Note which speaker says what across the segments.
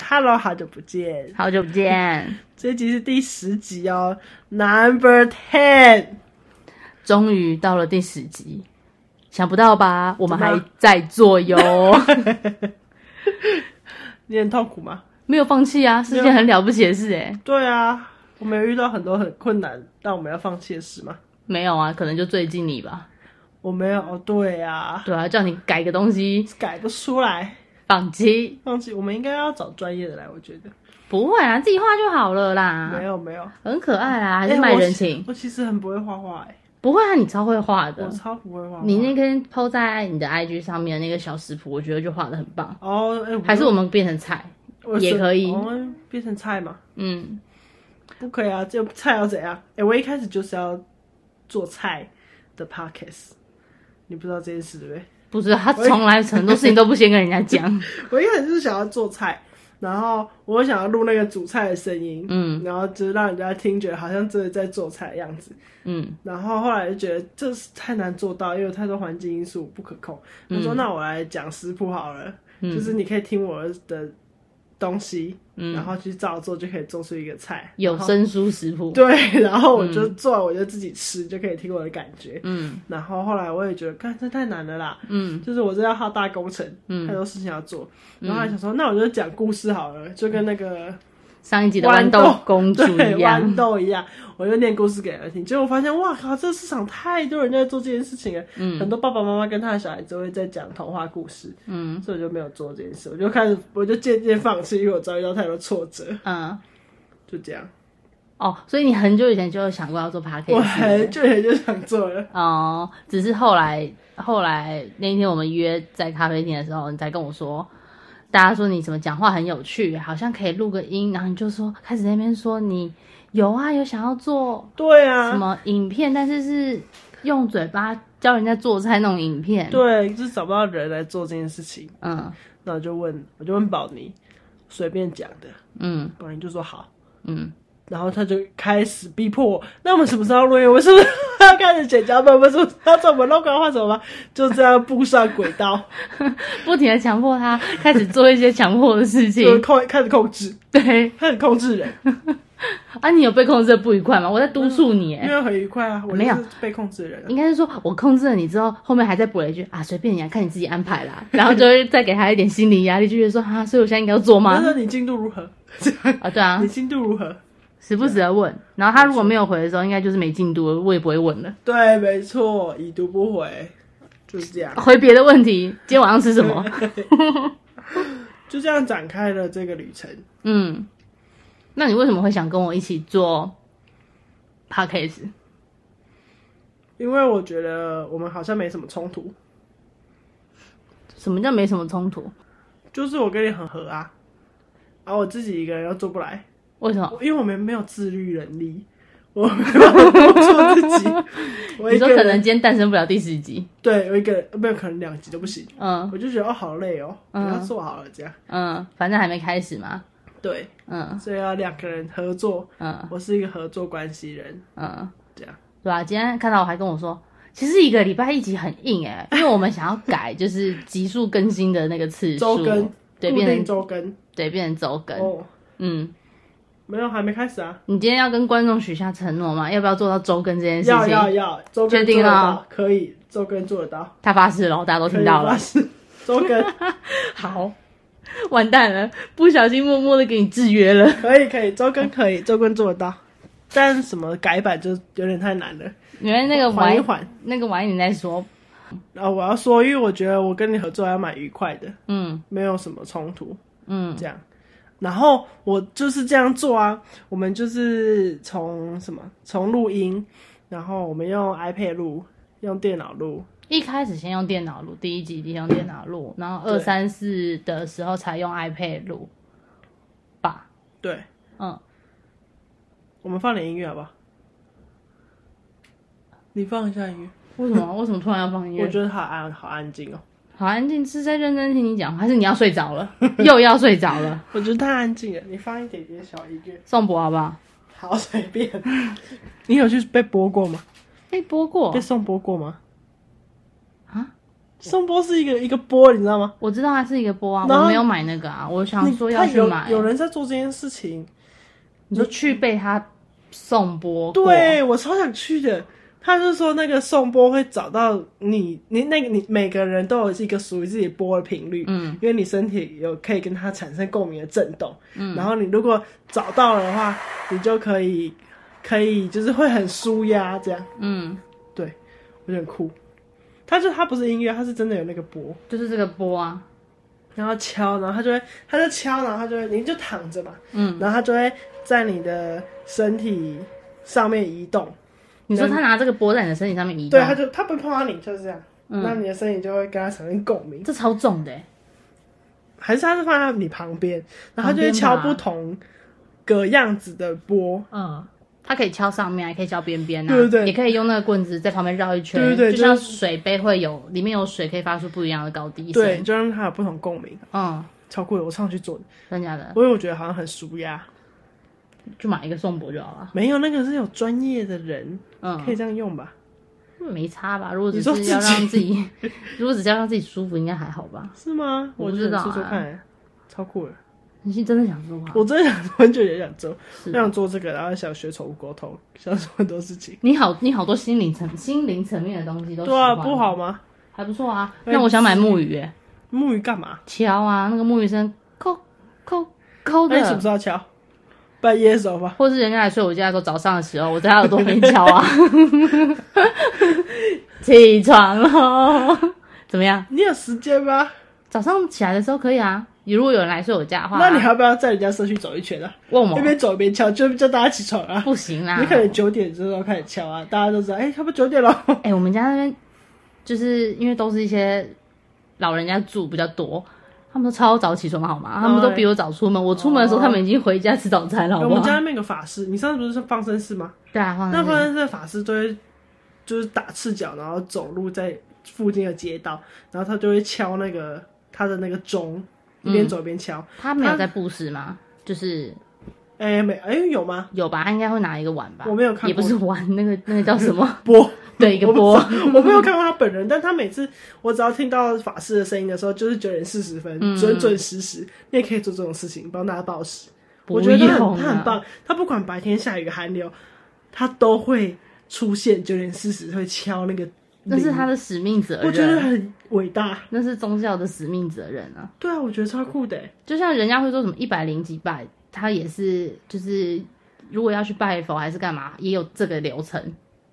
Speaker 1: Hello，好久不见！
Speaker 2: 好久不见，
Speaker 1: 这集是第十集哦，Number Ten。
Speaker 2: 终于到了第十集，想不到吧？我们
Speaker 1: 怎么
Speaker 2: 还
Speaker 1: 了
Speaker 2: 在 做哟，
Speaker 1: 你很痛苦吗？
Speaker 2: 没有放弃啊，是件很了不起的事哎、
Speaker 1: 对啊，我们有遇到很多很困难但我们要放弃的事吗？
Speaker 2: 没有啊，可能就最近你吧。
Speaker 1: 我没有，哦对啊，
Speaker 2: 对啊，叫你改个东西，
Speaker 1: 改不出来，
Speaker 2: 放弃
Speaker 1: 放弃。我们应该要找专业的来，我觉得、
Speaker 2: 不会啊，自己画就好了啦
Speaker 1: 没，有没有，
Speaker 2: 很可爱啊，还
Speaker 1: 啊哎
Speaker 2: 是
Speaker 1: 我
Speaker 2: 卖人
Speaker 1: 其
Speaker 2: 情。
Speaker 1: 我其实很不会画画、哎，
Speaker 2: 不会啊，你超会画
Speaker 1: 我
Speaker 2: 的。
Speaker 1: 超不会画画。
Speaker 2: 你那天 PO 在你的 IG 上面的那个小食谱，我觉得就画的很棒。
Speaker 1: 哦，哎、
Speaker 2: 还是我们变成菜？
Speaker 1: 我
Speaker 2: 也可以
Speaker 1: 哦，变成菜嘛？
Speaker 2: 嗯，
Speaker 1: 不可以啊，这菜要怎样？哎、我一开始就是要做菜的 podcast，你不知道这件事对不 对？
Speaker 2: 不知道他从来很多事情都不先跟人家 讲。
Speaker 1: 我一开始就是想要做菜，然后我想要录那个煮菜的声音，
Speaker 2: 嗯
Speaker 1: 然后就是让人家听觉得好像真的在做菜的样子。
Speaker 2: 嗯，
Speaker 1: 然后后来就觉得这是太难做到，因为有太多环境因素不可控。我说、
Speaker 2: 嗯
Speaker 1: 那我来讲食谱好了，就是你可以听我的东西，然后去照做就可以做出一个菜。
Speaker 2: 嗯有声书食谱。
Speaker 1: 对， 然后我就做完我就自己吃，就可以听我的感觉。
Speaker 2: 嗯
Speaker 1: 然后后来我也觉得，看这太难了啦，
Speaker 2: 嗯
Speaker 1: 就是我这要浩大工程，太多事情要做。然后还想说，那我就讲故事好了，就跟那个
Speaker 2: 上一集的
Speaker 1: 豌
Speaker 2: 豌豆公主
Speaker 1: 对
Speaker 2: 嗯一样
Speaker 1: 豌。豆一样，我就念故事给人听。结果发现，哇靠，这市场太多人在做这件事情了。嗯，很多爸爸妈妈跟他的小孩子会在讲童话故事，
Speaker 2: 嗯
Speaker 1: 所以我就没有做这件事，我就开始，我就渐渐放弃，因为我遭遇到太多挫折，
Speaker 2: 嗯，
Speaker 1: 就这样。
Speaker 2: 哦，所以你很久以前就有想过要做 p a r k
Speaker 1: 我
Speaker 2: a
Speaker 1: 很久也就想做了。
Speaker 2: 哦，只是后来后来那天我们约在咖啡厅的时候，你才跟我说，大家说你怎么讲话很有趣，好像可以录个音，然后你就说开始在那边说你有啊，有想要做
Speaker 1: 对
Speaker 2: 什
Speaker 1: 啊，
Speaker 2: 么影片，但是是用嘴巴教人家做菜那种影片。
Speaker 1: 对，就是找不到人来做这件事情。
Speaker 2: 嗯
Speaker 1: 那我就问，我就问宝妮，随便讲的，
Speaker 2: 嗯
Speaker 1: 宝妮就说好，
Speaker 2: 嗯，
Speaker 1: 然后他就开始逼迫我，那我们什么时候录音？我们是不是要开始剪脚本？我们是不是要做我们 logo 画什么？就这样步上轨 道，
Speaker 2: 不停的强迫他开始做一些强迫的事情
Speaker 1: 就。控开始控制，
Speaker 2: 对
Speaker 1: 开始控制人，
Speaker 2: 啊，你有被控制的不愉快吗？我在督促你耶，
Speaker 1: 因为很愉快啊，我就
Speaker 2: 没有
Speaker 1: 是被控制的人啊、
Speaker 2: 应该是说我控制了你之后，后面还再补了一句啊，随便你啊，看你自己安排啦。 然后就会再给他一点心理压力，就觉得说啊，所以我现在应该要做
Speaker 1: 他
Speaker 2: 吗？
Speaker 1: 说你进度如何？
Speaker 2: 啊，对啊
Speaker 1: 你，进度如何？
Speaker 2: 时不时的问。然后他如果没有回的时候，应该就是没进度了，我也不会问了。
Speaker 1: 对，没错，已读不回，就是这样，
Speaker 2: 回别的问题，今天晚上吃什么？
Speaker 1: 就这样展开了这个旅程。
Speaker 2: 嗯，那你为什么会想跟我一起做 podcast？
Speaker 1: 因为我觉得我们好像没什么冲突，
Speaker 2: 什么叫没什么冲突？
Speaker 1: 就是我跟你很合啊，然后我自己一个人又做不来，
Speaker 2: 为什么？
Speaker 1: 我因为我们没有自律能力，我没办法督促自己，我
Speaker 2: 你
Speaker 1: 一
Speaker 2: 说
Speaker 1: 个
Speaker 2: 可能
Speaker 1: 人
Speaker 2: 今天诞生不了第十集？
Speaker 1: 对，我一个人没有可能两集都不行，
Speaker 2: 嗯
Speaker 1: 我就觉得哦好累哦，不要做好了这样，
Speaker 2: 嗯，反正还没开始嘛。
Speaker 1: 对，
Speaker 2: 嗯
Speaker 1: 所以要两个人合作，
Speaker 2: 嗯
Speaker 1: 我是一个合作关系人，
Speaker 2: 嗯，
Speaker 1: 这样
Speaker 2: 对啊，今天看到我还跟我说，其实一个礼拜一集很硬哎、因为我们想要改就是集数更新的那个次数，
Speaker 1: 周更
Speaker 2: 对，
Speaker 1: 固
Speaker 2: 变
Speaker 1: 定
Speaker 2: 成
Speaker 1: 周更
Speaker 2: 对变成周更。
Speaker 1: 哦，
Speaker 2: 嗯，
Speaker 1: 没有还没开始啊，
Speaker 2: 你今天要跟观众许下承诺吗？要不要做到周更这件事
Speaker 1: 要
Speaker 2: 情？
Speaker 1: 要要，周更
Speaker 2: 确定
Speaker 1: 做得
Speaker 2: 了
Speaker 1: 到，可以周更做得到，
Speaker 2: 他发誓了，大家都
Speaker 1: 可
Speaker 2: 听
Speaker 1: 以
Speaker 2: 到
Speaker 1: 发
Speaker 2: 了。
Speaker 1: 誓，周更
Speaker 2: 好，完蛋了，不小心默默的给你制约了。
Speaker 1: 可以可以，周更可以，周更做得到，但什么改版就有点太难了，
Speaker 2: 原来那个
Speaker 1: 缓一
Speaker 2: 玩
Speaker 1: 缓。
Speaker 2: 那个玩你在说，
Speaker 1: 啊、我要说，因为我觉得我跟你合作还蛮愉快的，
Speaker 2: 嗯
Speaker 1: 没有什么冲突，
Speaker 2: 嗯
Speaker 1: 这样。然后我就是这样做啊，我们就是从什么从录音，然后我们用 iPad 录，用电脑录，
Speaker 2: 一开始先用电脑录，第一集先用电脑录，然后二
Speaker 1: 对
Speaker 2: 三四的时候才用 iPad 录，吧，
Speaker 1: 对，
Speaker 2: 嗯，
Speaker 1: 我们放点音乐好不好？你放一下音
Speaker 2: 为什么？ 为什么突然要放音
Speaker 1: 乐，我
Speaker 2: 乐？
Speaker 1: 觉得好安好安静哦，
Speaker 2: 好安静，是在认真听你讲话，还是你要睡 着了？又要睡着了？
Speaker 1: 我觉得太安静了，你放一点点小音乐，
Speaker 2: 宋博好不好？
Speaker 1: 好随 便。你有去被播过吗？哦
Speaker 2: 被播过
Speaker 1: 被送播过吗？
Speaker 2: 啊？
Speaker 1: 松波是一个一个波，你知道吗？
Speaker 2: 我知道它是一个波啊，
Speaker 1: 然后
Speaker 2: 我没有买那个啊，我想
Speaker 1: 你
Speaker 2: 说要
Speaker 1: 他
Speaker 2: 去
Speaker 1: 有
Speaker 2: 买。
Speaker 1: 有人在做这件事情，
Speaker 2: 你说去被他送波过，
Speaker 1: 对我超想去的。他就说那个送波会找到你，你那个你每个人都有一个属于自己波的频率，
Speaker 2: 嗯，
Speaker 1: 因为你身体有可以跟它产生共鸣的震动，嗯，然后你如果找到了的话，你就可以可以就是会很舒压这样，
Speaker 2: 嗯，
Speaker 1: 对我觉得很酷。他就他不是音乐，他是真的有那个波，
Speaker 2: 就是这个波啊，
Speaker 1: 然后敲，然后他就会，他就敲，然后他就会，你就躺着嘛，
Speaker 2: 嗯，
Speaker 1: 然后他就会在你的身体上面移动，
Speaker 2: 你说他拿这个波在你的身体上面移动嗯
Speaker 1: 对，，他就他不会碰到你，就是这样，那、你的身体就会跟他产生共鸣，
Speaker 2: 这超重的欸，
Speaker 1: 还是他是放在你旁边，然后他就会
Speaker 2: 旁边
Speaker 1: 敲
Speaker 2: 吧
Speaker 1: 不同个样子的波，
Speaker 2: 嗯，它可以敲上面，还可以敲边边啊，
Speaker 1: 对对对
Speaker 2: 也可以用那个棍子在旁边绕一圈，
Speaker 1: 对对对
Speaker 2: 就像水杯会有里面有水可以发出不一样的高低声，
Speaker 1: 对，就让他有不同共鸣，
Speaker 2: 嗯，
Speaker 1: 超酷的，我上去做的，
Speaker 2: 真假的，
Speaker 1: 因为我觉得好像很舒压，
Speaker 2: 就买一个送波就好了，
Speaker 1: 没有那个是有专业的人可以
Speaker 2: 嗯，
Speaker 1: 这样用吧，
Speaker 2: 没差吧？如果只
Speaker 1: 你说
Speaker 2: 是要
Speaker 1: 自己
Speaker 2: 让自己， 如果只是要让自己舒服，应该还好吧？
Speaker 1: 是吗？
Speaker 2: 我
Speaker 1: 我
Speaker 2: 不
Speaker 1: 觉
Speaker 2: 知
Speaker 1: 得
Speaker 2: 道
Speaker 1: 做做
Speaker 2: 啊
Speaker 1: 看、超酷的，
Speaker 2: 你是真的想说话？
Speaker 1: 我真的想很久也想做。
Speaker 2: 是
Speaker 1: 想做这个，然后想学宠物沟通，想做很多事情。
Speaker 2: 你好，你好多心灵层心灵层面的东西都
Speaker 1: 对啊，
Speaker 2: 喜欢
Speaker 1: 不，好吗？
Speaker 2: 还不错啊。
Speaker 1: 哎
Speaker 2: 那我想买木鱼耶，
Speaker 1: 木鱼干嘛？
Speaker 2: 敲啊，那个木鱼声，扣扣扣
Speaker 1: 哎那你什么
Speaker 2: 的，
Speaker 1: 时候要敲？半夜的时候吧。
Speaker 2: 或是人家来睡我家的时候，早上的时候，我在他耳朵边敲啊， 起床喽，怎么样？
Speaker 1: 你有时间吗？
Speaker 2: 早上起来的时候可以啊。如果有人来睡我家的话，
Speaker 1: 那你要不要在人家社区走一圈啊？
Speaker 2: 问
Speaker 1: 一
Speaker 2: 我
Speaker 1: 边走一边敲，就叫大家起床啊。
Speaker 2: 不行啦
Speaker 1: 你。可能九点之后开始敲啊，大家都知道，哎、差不多九点了。
Speaker 2: 哎、我们家那边就是因为都是一些老人家住比较多，他们都超早起床的好吗？他们都比我早出门。我出门的时候，他们已经回家吃早餐了，好
Speaker 1: 我
Speaker 2: 不
Speaker 1: 们
Speaker 2: 好？
Speaker 1: 家哦那边有个法师，你上次不是说放生寺吗？
Speaker 2: 对啊，放
Speaker 1: 那放
Speaker 2: 在
Speaker 1: 生寺的法师都会就是打赤脚，然后走路在附近的街道，然后他就会敲那个他的那个钟，一
Speaker 2: 嗯
Speaker 1: 边走一边敲。
Speaker 2: 他没有在布施吗？就是
Speaker 1: 哎、没哎、有吗？
Speaker 2: 有吧，他应该会拿一个碗吧？
Speaker 1: 我没有看过
Speaker 2: 也不是碗，那个那个叫什么？
Speaker 1: 波，
Speaker 2: 对，一个
Speaker 1: 我不
Speaker 2: 钵。
Speaker 1: 知道我没有看过他本人，但他每次我只要听到法师的声音的时候，就是九点四十分，
Speaker 2: 嗯
Speaker 1: 准准时时。你也可以做这种事情，帮大家报时。 我觉得他
Speaker 2: 不用
Speaker 1: 很
Speaker 2: 啊
Speaker 1: 他很棒，他不管白天下雨寒流，他都会出现九点四十会敲那个铃。
Speaker 2: 那是他的使命责任，
Speaker 1: 我觉得很伟大。
Speaker 2: 那是宗教的使命责任啊。
Speaker 1: 对啊，我觉得超酷的欸。
Speaker 2: 就像人家会说什么一百零几拜，他也是就是如果要去拜佛还是干嘛，也有这个流程，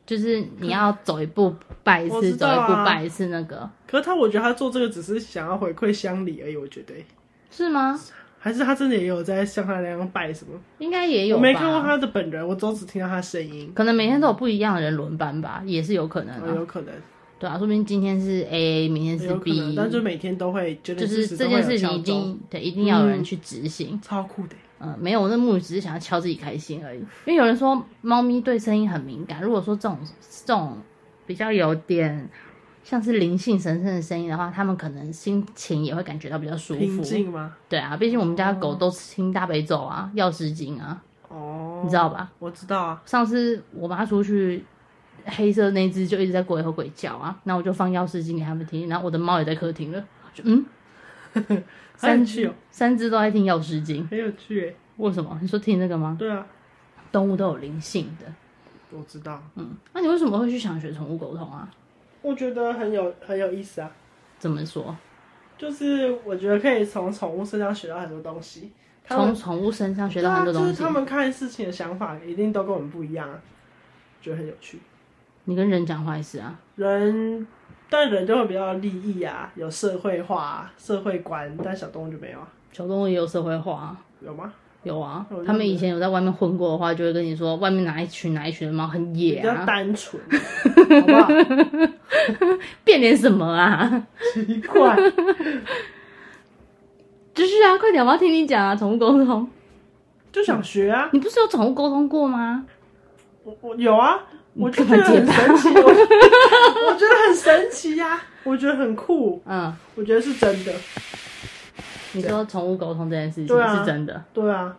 Speaker 2: 就是你要走一步拜一
Speaker 1: 我
Speaker 2: 次，
Speaker 1: 知
Speaker 2: 走
Speaker 1: 道
Speaker 2: 一
Speaker 1: 啊
Speaker 2: 步拜一次，那个
Speaker 1: 可是他，我觉得他做这个只是想要回馈乡里而已。我觉得欸，
Speaker 2: 是吗？
Speaker 1: 还是他真的也有在像他那样拜什么？
Speaker 2: 应该也有
Speaker 1: 我
Speaker 2: 吧。
Speaker 1: 没看过他的本人，我都只听到他声音，
Speaker 2: 可能每天都有不一样的人轮班吧，也是有可能
Speaker 1: 啊
Speaker 2: 啊。
Speaker 1: 有可能。
Speaker 2: 对啊，说不定今天是 A，明天是
Speaker 1: 哎有可
Speaker 2: 嗯 B，
Speaker 1: 能，但就每天都会觉得
Speaker 2: 就是这件事情一定对，一定要
Speaker 1: 嗯
Speaker 2: 有人去执行。
Speaker 1: 超酷的，
Speaker 2: 嗯、没有，那木鱼只是想要敲自己开心而已。因为有人说猫咪对声音很敏感，如果说这种这种比较有点像是灵性神圣的声音的话，它们可能心情也会感觉到比较舒
Speaker 1: 平
Speaker 2: 服。
Speaker 1: 静哦吗？
Speaker 2: 对啊，毕竟我们家的狗都听大悲咒啊、药师经啊，
Speaker 1: 哦，
Speaker 2: 你知道吧？
Speaker 1: 我知道啊，
Speaker 2: 上次我妈出去，黑色那只就一直在鬼吼鬼叫啊，那我就放药师经给他们听，然后我的猫也在客厅了，就嗯，
Speaker 1: 很
Speaker 2: 三
Speaker 1: 有
Speaker 2: 只
Speaker 1: 趣
Speaker 2: 哦
Speaker 1: 哦，
Speaker 2: 三只都在听药师经，
Speaker 1: 很有趣耶。
Speaker 2: 为什么？你说听那个吗？
Speaker 1: 对啊，
Speaker 2: 动物都有灵性的，
Speaker 1: 我知道，
Speaker 2: 嗯，那你为什么会去想学宠物沟通啊？
Speaker 1: 我觉得很有很有意思啊。
Speaker 2: 怎么说？
Speaker 1: 就是我觉得可以从宠物身上学到很多东西，他们
Speaker 2: 从宠物身上学到很多
Speaker 1: 对啊
Speaker 2: 东
Speaker 1: 就是
Speaker 2: 西。
Speaker 1: 他们看事情的想法一定都跟我们不一样啊，觉得很有趣。
Speaker 2: 你跟人讲话也是啊，
Speaker 1: 人，但人就会比较利益啊，有社会化啊、社会观，但小动物就没有啊，
Speaker 2: 小动物也有社会化、啊。
Speaker 1: 有吗？
Speaker 2: 有啊
Speaker 1: 我，就
Speaker 2: 他们以前有在外面混过的话，就会跟你说外面哪一群哪一群的猫很野
Speaker 1: 比较
Speaker 2: 啊，
Speaker 1: 单纯，好不 好？
Speaker 2: 变脸什么啊？
Speaker 1: 奇怪，
Speaker 2: 就是啊，快点，我要听你讲啊，宠物沟通。
Speaker 1: 就想学啊。
Speaker 2: 你不是有宠物沟通过吗？
Speaker 1: 我我有啊，我就觉
Speaker 2: 干
Speaker 1: 得
Speaker 2: 嘛结
Speaker 1: 很
Speaker 2: 巴
Speaker 1: 神奇，我我觉得很神奇呀、我觉得很酷，
Speaker 2: 嗯，
Speaker 1: 我觉得是真的。
Speaker 2: 你说宠物沟通这件事情
Speaker 1: 对啊
Speaker 2: 是真的，
Speaker 1: 对啊，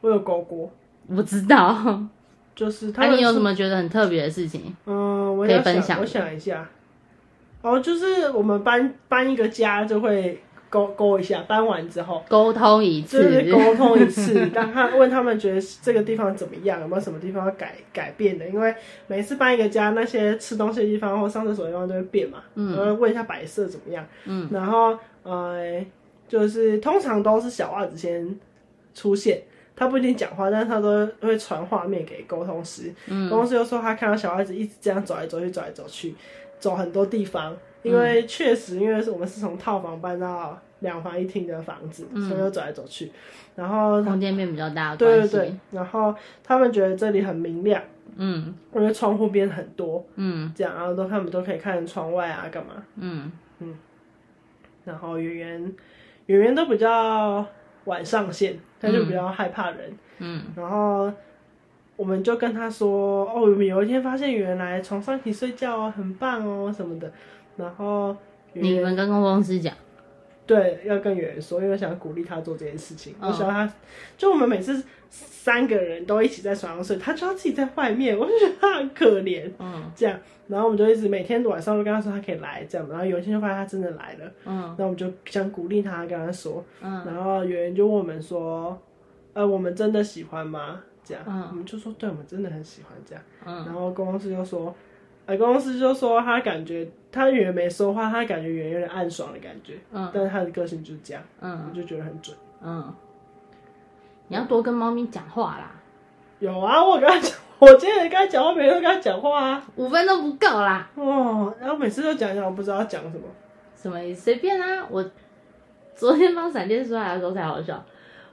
Speaker 1: 我有狗过，
Speaker 2: 我知道。
Speaker 1: 就是他
Speaker 2: 那
Speaker 1: 们
Speaker 2: 啊你有
Speaker 1: 是
Speaker 2: 什么觉得很特别的事情？
Speaker 1: 嗯，我
Speaker 2: 可以
Speaker 1: 要
Speaker 2: 分
Speaker 1: 想
Speaker 2: 享
Speaker 1: 我想一下，然后就是我们搬搬一个家就会勾勾一下，搬完之后
Speaker 2: 沟通一
Speaker 1: 就
Speaker 2: 次，
Speaker 1: 是沟通一次，让他问他们觉得这个地方怎么样，有没有什么地方要改改变的？因为每次搬一个家，那些吃东西的地方或上厕所的地方都会变嘛，嗯，然后问一下摆设怎么样，嗯，然后呃，就是通常都是小袜子先出现。他不一定讲话，但是他都会传画面给沟通师。嗯、沟通师又说他看到小孩子一直这样走来走去，走来走去，走很多地方。因为确实，因为是我们是从套房搬到两房一厅的房子，所以又走来走去。然后，
Speaker 2: 空间变比较大的
Speaker 1: 对对
Speaker 2: 关系。
Speaker 1: 对，然后他们觉得这里很明亮，
Speaker 2: 嗯
Speaker 1: 因为窗户边很多，
Speaker 2: 嗯
Speaker 1: 这样然后都他们都可以看窗外啊，干嘛？
Speaker 2: 嗯，
Speaker 1: 然后圆圆，圆圆都比较晚上线，他就比较害怕人。
Speaker 2: 嗯，
Speaker 1: 然后我们就跟他说，哦，我们有一天发现原来床上一起睡觉哦，很棒哦什么的。然后圆
Speaker 2: 你
Speaker 1: 圆
Speaker 2: 们跟公公司讲，
Speaker 1: 对要跟圆圆说，因为想鼓励他做这件事情。
Speaker 2: 嗯
Speaker 1: 我想他，就我们每次三个人都一起在床上睡，他就要自己在外面，我就觉得他很可怜。
Speaker 2: 嗯
Speaker 1: 这样，然后我们就一直每天晚上都跟他说他可以来，这样，然后有一天就发现他真的来了，
Speaker 2: 嗯
Speaker 1: 那我们就想鼓励他，跟他说，
Speaker 2: 嗯
Speaker 1: 然后圆圆就问我们说，呃，我们真的喜欢吗？这样，
Speaker 2: 嗯
Speaker 1: 我们就说，对，我们真的很喜欢这样。
Speaker 2: 嗯
Speaker 1: 然后公司就说，呃，公司就说他感觉他圆圆没说话，他感觉圆圆有点暗爽的感觉，
Speaker 2: 嗯
Speaker 1: 但是他的个性就是这样，我
Speaker 2: 嗯
Speaker 1: 就觉得很准。
Speaker 2: 嗯，你要多跟猫咪讲话啦，
Speaker 1: 有啊，我跟他讲，我今天也跟他讲话，每天都跟他讲话啊，
Speaker 2: 五分钟不够啦，
Speaker 1: 哦，然后每次都讲一讲，我不知道讲什么。
Speaker 2: 什么意思？随便啦、我昨天帮闪电刷牙的时候才好笑，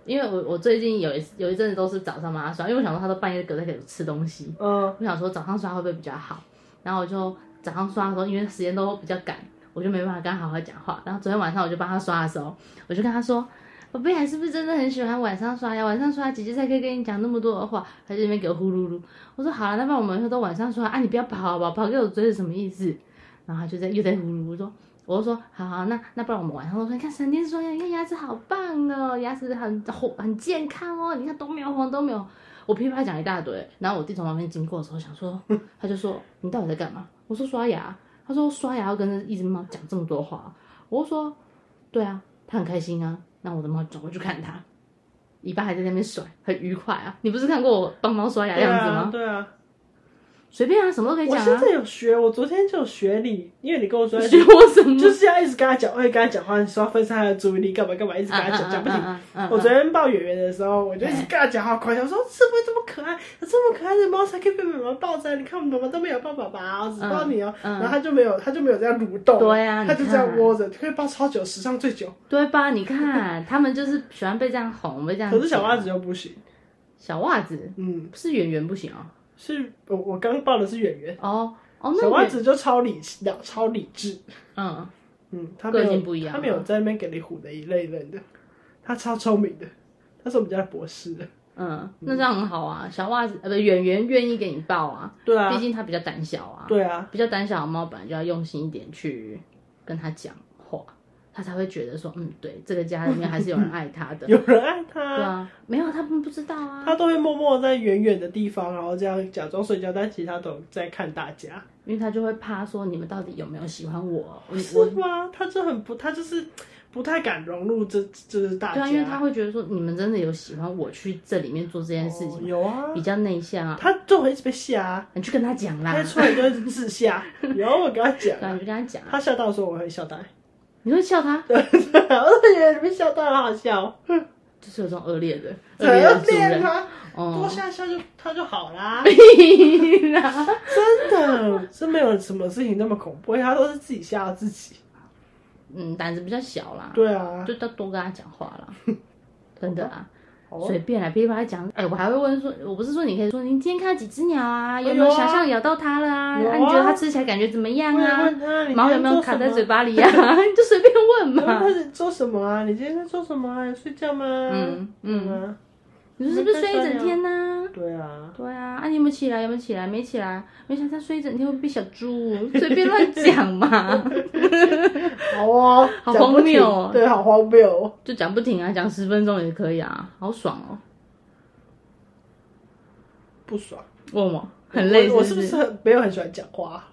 Speaker 2: 因为我我最近有一有一阵子都是早上帮它刷，因为我想说它都半夜隔在给我吃东西，
Speaker 1: 嗯
Speaker 2: 我想说早上刷会不会比较好，然后我就早上刷的时候，因为时间都比较赶，我就没办法跟他好好讲话。然后昨天晚上我就帮他刷的时候，我就跟他说：“宝贝，还是不是真的很喜欢晚上刷呀？晚上刷姐姐才可以跟你讲那么多的话。”他就在那边给我呼噜噜。我说：“好了，那不然我们以后都晚上刷啊，你不要跑好不好？跑给我追是什么意思？”然后他就在又在呼噜噜说。我就说好好，那那不然我们晚上都说，你看闪电刷牙，你看牙齿好棒哦，牙齿很红很健康哦，你看都没有黄都没有我噼啪讲一大堆，然后我弟从旁边经过的时候，想说，他就说你到底在干嘛？我说刷牙，他说刷牙要跟着一只猫讲这么多话，我就说对啊，他很开心啊。那我的猫转过去看他，尾巴还在那边甩，很愉快啊。你不是看过我帮猫哦刷牙
Speaker 1: 对
Speaker 2: 样子
Speaker 1: 啊
Speaker 2: 吗？，
Speaker 1: 对啊，
Speaker 2: 随便啊，什么都可以
Speaker 1: 我
Speaker 2: 讲
Speaker 1: 现
Speaker 2: 啊。
Speaker 1: 在有学，我昨天就有学你，因为你跟我说要
Speaker 2: 学我什么？
Speaker 1: 就是要一直跟他讲话，一直跟他讲话，你说要分散他的注意力，干嘛干嘛，一直跟他讲讲不
Speaker 2: 啊
Speaker 1: 停。我昨天抱圆圆的时候，我就一直跟他讲话，夸奖说是不是这么可爱，这么可爱的猫才可以被妈妈抱着？你看我们妈妈都没有抱爸爸哦，只抱你哦。
Speaker 2: 嗯嗯
Speaker 1: 然后他就没有，他就没有这样蠕动，
Speaker 2: 对啊
Speaker 1: 他就
Speaker 2: 你
Speaker 1: 这
Speaker 2: 看
Speaker 1: 样窝着，可以抱超久，史上最久。
Speaker 2: 对吧？你看，他们就是喜欢被这样哄，被这样
Speaker 1: 可
Speaker 2: 讲。
Speaker 1: 是小袜子就不行，
Speaker 2: 小袜子
Speaker 1: 嗯，
Speaker 2: 是圆圆不行哦。
Speaker 1: 是我我刚抱的是圆圆，
Speaker 2: 哦哦，那
Speaker 1: 小袜
Speaker 2: 圆
Speaker 1: 子就超理超理智，
Speaker 2: 嗯。
Speaker 1: 嗯，他没
Speaker 2: 个
Speaker 1: 有
Speaker 2: 性不一样
Speaker 1: 他没有在那边给你唬的一类人的，他超聪明的，他是我们家的博士的。
Speaker 2: 嗯，那这样很好啊。小袜子呃，不，圆圆愿意给你抱啊，
Speaker 1: 对
Speaker 2: 毕竟它比较胆小啊。
Speaker 1: 对啊，
Speaker 2: 比较胆小的猫本来就要用心一点去跟它讲话，它才会觉得说，嗯，对，这个家里面还是有人爱它 的。
Speaker 1: 有人爱
Speaker 2: 对
Speaker 1: 他，
Speaker 2: 啊，没有，它们不知道啊，
Speaker 1: 他都会默默在远远的地方，然后这样假装睡觉，但其实他都在看大家，
Speaker 2: 因为它就会怕说你们到底有没有喜欢我，我
Speaker 1: 是
Speaker 2: 我。
Speaker 1: 吗？他就很不，他就是不太敢融入这，就是大
Speaker 2: 对
Speaker 1: 家。
Speaker 2: 啊，因为它会觉得说你们真的有喜欢我去这里面做这件事
Speaker 1: 哦
Speaker 2: 情，
Speaker 1: 有啊
Speaker 2: 比，较内向啊，
Speaker 1: 他就会一直被吓啊，
Speaker 2: 你去跟他讲啦
Speaker 1: 他，出来就会自 吓。有我跟他讲
Speaker 2: 对啊，
Speaker 1: 啊，
Speaker 2: 你就跟他讲啊，
Speaker 1: 他吓到的时候我会 笑呆，
Speaker 2: 你会笑他，
Speaker 1: 对，我就觉得你被笑到了，好好笑，
Speaker 2: 就是有这种恶劣的恶
Speaker 1: 很
Speaker 2: 劣的
Speaker 1: 恶
Speaker 2: 主
Speaker 1: 劣
Speaker 2: 人，
Speaker 1: 吗？
Speaker 2: 哦，
Speaker 1: 多吓吓就他就好啦。
Speaker 2: 屁啦！
Speaker 1: 真的 是没有什么事情那么恐怖，他都是自己吓自己。
Speaker 2: 嗯，胆子比较小啦，
Speaker 1: 对啊，
Speaker 2: 就要多跟他讲话 啦。真的啊，
Speaker 1: 好哦
Speaker 2: 随便来噼里啪啦讲。哎、我还会问说，我不是说你可以说，你今天看到几只鸟啊？有没
Speaker 1: 有
Speaker 2: 有
Speaker 1: 啊
Speaker 2: 想象咬到它了啊？
Speaker 1: 有啊
Speaker 2: 啊你觉得它吃起来感觉怎么样
Speaker 1: 我也
Speaker 2: 啊
Speaker 1: 问？他，你
Speaker 2: 毛有
Speaker 1: 今天
Speaker 2: 没有
Speaker 1: 做
Speaker 2: 卡
Speaker 1: 什
Speaker 2: 在
Speaker 1: 么
Speaker 2: 嘴？巴里啊？你 就随便问
Speaker 1: 然后
Speaker 2: 嘛
Speaker 1: 他。是做什么啊？你今天在做什么啊？你睡觉吗？
Speaker 2: 嗯嗯，
Speaker 1: 啊，
Speaker 2: 你说是不是睡一整天呢、
Speaker 1: 对 啊，
Speaker 2: 对啊，啊，你有没有起来？有没有起来？没起来，没想到睡一整天会被小猪，随便乱 讲嘛，
Speaker 1: 好哦，
Speaker 2: 好
Speaker 1: 讲不
Speaker 2: 荒
Speaker 1: 停
Speaker 2: 谬哦
Speaker 1: 对，好荒谬哦。
Speaker 2: 就讲不停啊，讲十分钟也可以啊，好爽哦。
Speaker 1: 不爽，
Speaker 2: 问我很累
Speaker 1: 我我
Speaker 2: 是
Speaker 1: 是不
Speaker 2: 不是？
Speaker 1: 是很没有很喜欢讲话？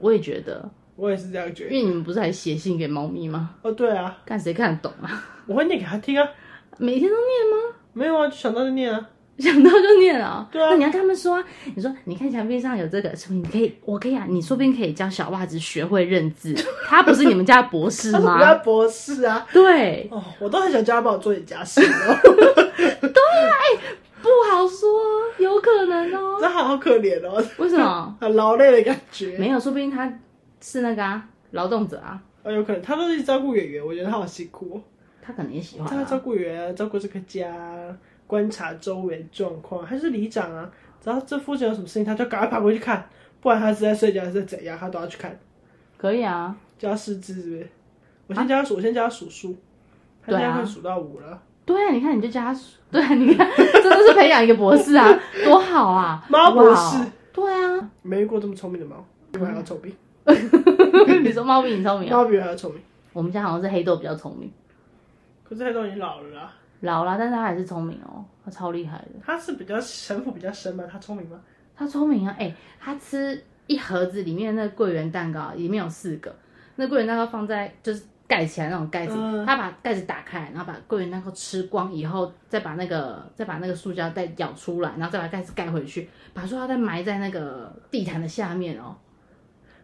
Speaker 2: 我也觉得，
Speaker 1: 我也是这样觉
Speaker 2: 因
Speaker 1: 得。
Speaker 2: 为你们不是还写信给猫咪吗？
Speaker 1: 哦，对啊，
Speaker 2: 看谁看得懂啊？
Speaker 1: 我会念给他听啊，
Speaker 2: 每天都念吗？
Speaker 1: 没有啊，就想到就念啊。
Speaker 2: 想到就念啊、
Speaker 1: 对啊
Speaker 2: 那你要跟他们说啊，你说你看墙壁上有这个，说你可以，我可以啊，你说不定可以教小袜子学会认 字。他不是你们家的博士
Speaker 1: 他是比较
Speaker 2: 吗？
Speaker 1: 博士啊。
Speaker 2: 对，
Speaker 1: 哦，我都很想叫他帮我做点家事哦，
Speaker 2: 不好说，有可能哦。
Speaker 1: 真的好可怜哦，
Speaker 2: 为什 么？
Speaker 1: 很劳累的感觉。
Speaker 2: 没有，说不定他是那个啊，劳动者啊，
Speaker 1: 哦，有可能他都是照顾圆圆，我觉得他好辛苦、哦。
Speaker 2: 他可能也喜欢、
Speaker 1: 他
Speaker 2: 啊
Speaker 1: 照。顾员，照顾这个家，观察周围状况，还是里长啊。只要这附近有什么事情，他就赶快爬过去看，不管他是在睡觉还是怎样，他都要去看。
Speaker 2: 可以啊，
Speaker 1: 叫他识字是不是？我先叫他数，我先叫他数数，他
Speaker 2: 对
Speaker 1: 现
Speaker 2: 啊
Speaker 1: 在会数到五了。
Speaker 2: 对啊，你看你就叫他，对啊，你看 真的是培养一个 博士啊，多好啊，
Speaker 1: 猫博士
Speaker 2: 哇，对啊，
Speaker 1: 没遇过这么聪明的猫，比我还要聪明，
Speaker 2: 你说猫比你聪明啊？
Speaker 1: 猫比我还要聪明。
Speaker 2: 我们家好像是黑豆比较聪明，
Speaker 1: 可是黑豆已经老了啦，
Speaker 2: 老啦，但是他还是聪明哦，他超厉害的，
Speaker 1: 它是比较城府比较深嘛，它聪明吗？
Speaker 2: 他聪明啊，哎、他吃一盒子里面那个桂圆蛋糕，里面有四个，那桂圆蛋糕放在就是盖起来那种盖子，
Speaker 1: 嗯
Speaker 2: 他把盖子打开，然后把桂圆蛋糕吃光以后，再把那个再把那个塑胶袋咬出来，然后再把盖子盖回去，把塑料袋埋在那个地毯的下面哦。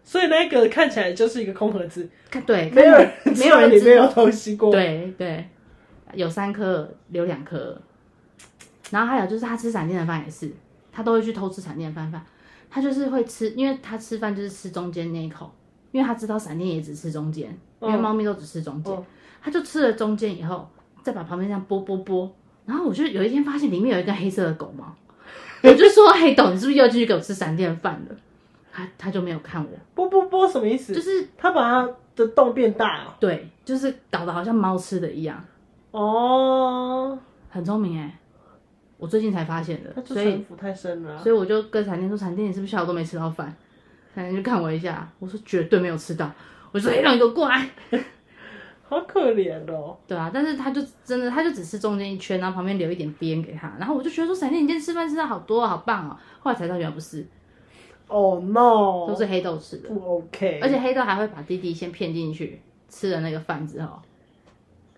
Speaker 1: 所以那个看起来就是一个空盒子，
Speaker 2: 看对，
Speaker 1: 没有人
Speaker 2: 看没
Speaker 1: 没
Speaker 2: 有
Speaker 1: 有
Speaker 2: 人
Speaker 1: 里
Speaker 2: 知
Speaker 1: 面有东西过。，
Speaker 2: 对对，有三颗留两颗，然后还有就是他吃闪电的饭也是，他都会去偷吃闪电的饭饭，他就是会吃，因为他吃饭就是吃中间那一口，因为他知道闪电也只吃中间，因为
Speaker 1: 嗯
Speaker 2: 猫咪都只吃中间，
Speaker 1: 嗯
Speaker 2: 他就吃了中间以后，再把旁边这样剥剥剥，然后我就有一天发现里面有一根黑色的狗毛， 我就说黑豆，你是不是又进去给我吃闪电饭了？他他就没有看我，
Speaker 1: 波波波什么意思？
Speaker 2: 就是
Speaker 1: 它把它的洞变大了。
Speaker 2: 对，就是搞得好像猫吃的一样。
Speaker 1: 哦，
Speaker 2: 很聪明哎，我最近才发现的
Speaker 1: 它，就
Speaker 2: 所
Speaker 1: 城
Speaker 2: 以
Speaker 1: 府太深了啊、
Speaker 2: 所以我就跟闪电说：“闪电，你是不是下午都没吃到饭？”闪电就看我一下，我说：“绝对没有吃到。”我说：“哎、让你给我过来。
Speaker 1: 好可怜哦。”
Speaker 2: 对啊，但是他就真的，他就只吃中间一圈，然后旁边留一点边给他。然后我就觉得说：“闪电，你今天吃饭吃的好多、哦，好棒哦！”后来才知道原来不是，
Speaker 1: Oh no，
Speaker 2: 都是黑豆吃的，
Speaker 1: 不 OK，
Speaker 2: 而且黑豆还会把弟弟先骗进去吃了那个饭之后，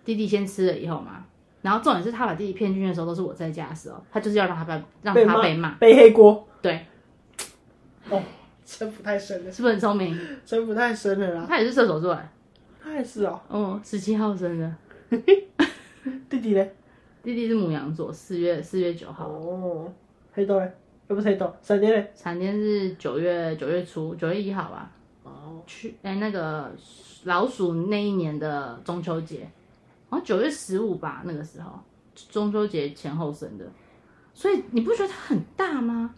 Speaker 2: 弟弟先吃了以后嘛。然后重点是他把弟弟骗进去的时候，都是我在家的时候，他就是要让他被让
Speaker 1: 被
Speaker 2: 他被骂，
Speaker 1: 背黑锅，
Speaker 2: 对，
Speaker 1: 哦，城府太深了，
Speaker 2: 是不是很聪明？
Speaker 1: 城府太深了啦。
Speaker 2: 他也是射手座欸，
Speaker 1: 他也是哦，
Speaker 2: 哦，十七号生的，
Speaker 1: 弟弟嘞？
Speaker 2: 弟弟是母羊座，四月四月九号，
Speaker 1: 哦，黑豆嘞？呃，不是黑豆，闪电嘞？
Speaker 2: 产天是九月九月初，九月一号吧，
Speaker 1: 哦，
Speaker 2: 去哎、那个老鼠那一年的中秋节，好像九月十五吧，那个时候中秋节前后生的，所以你不觉得他很大吗？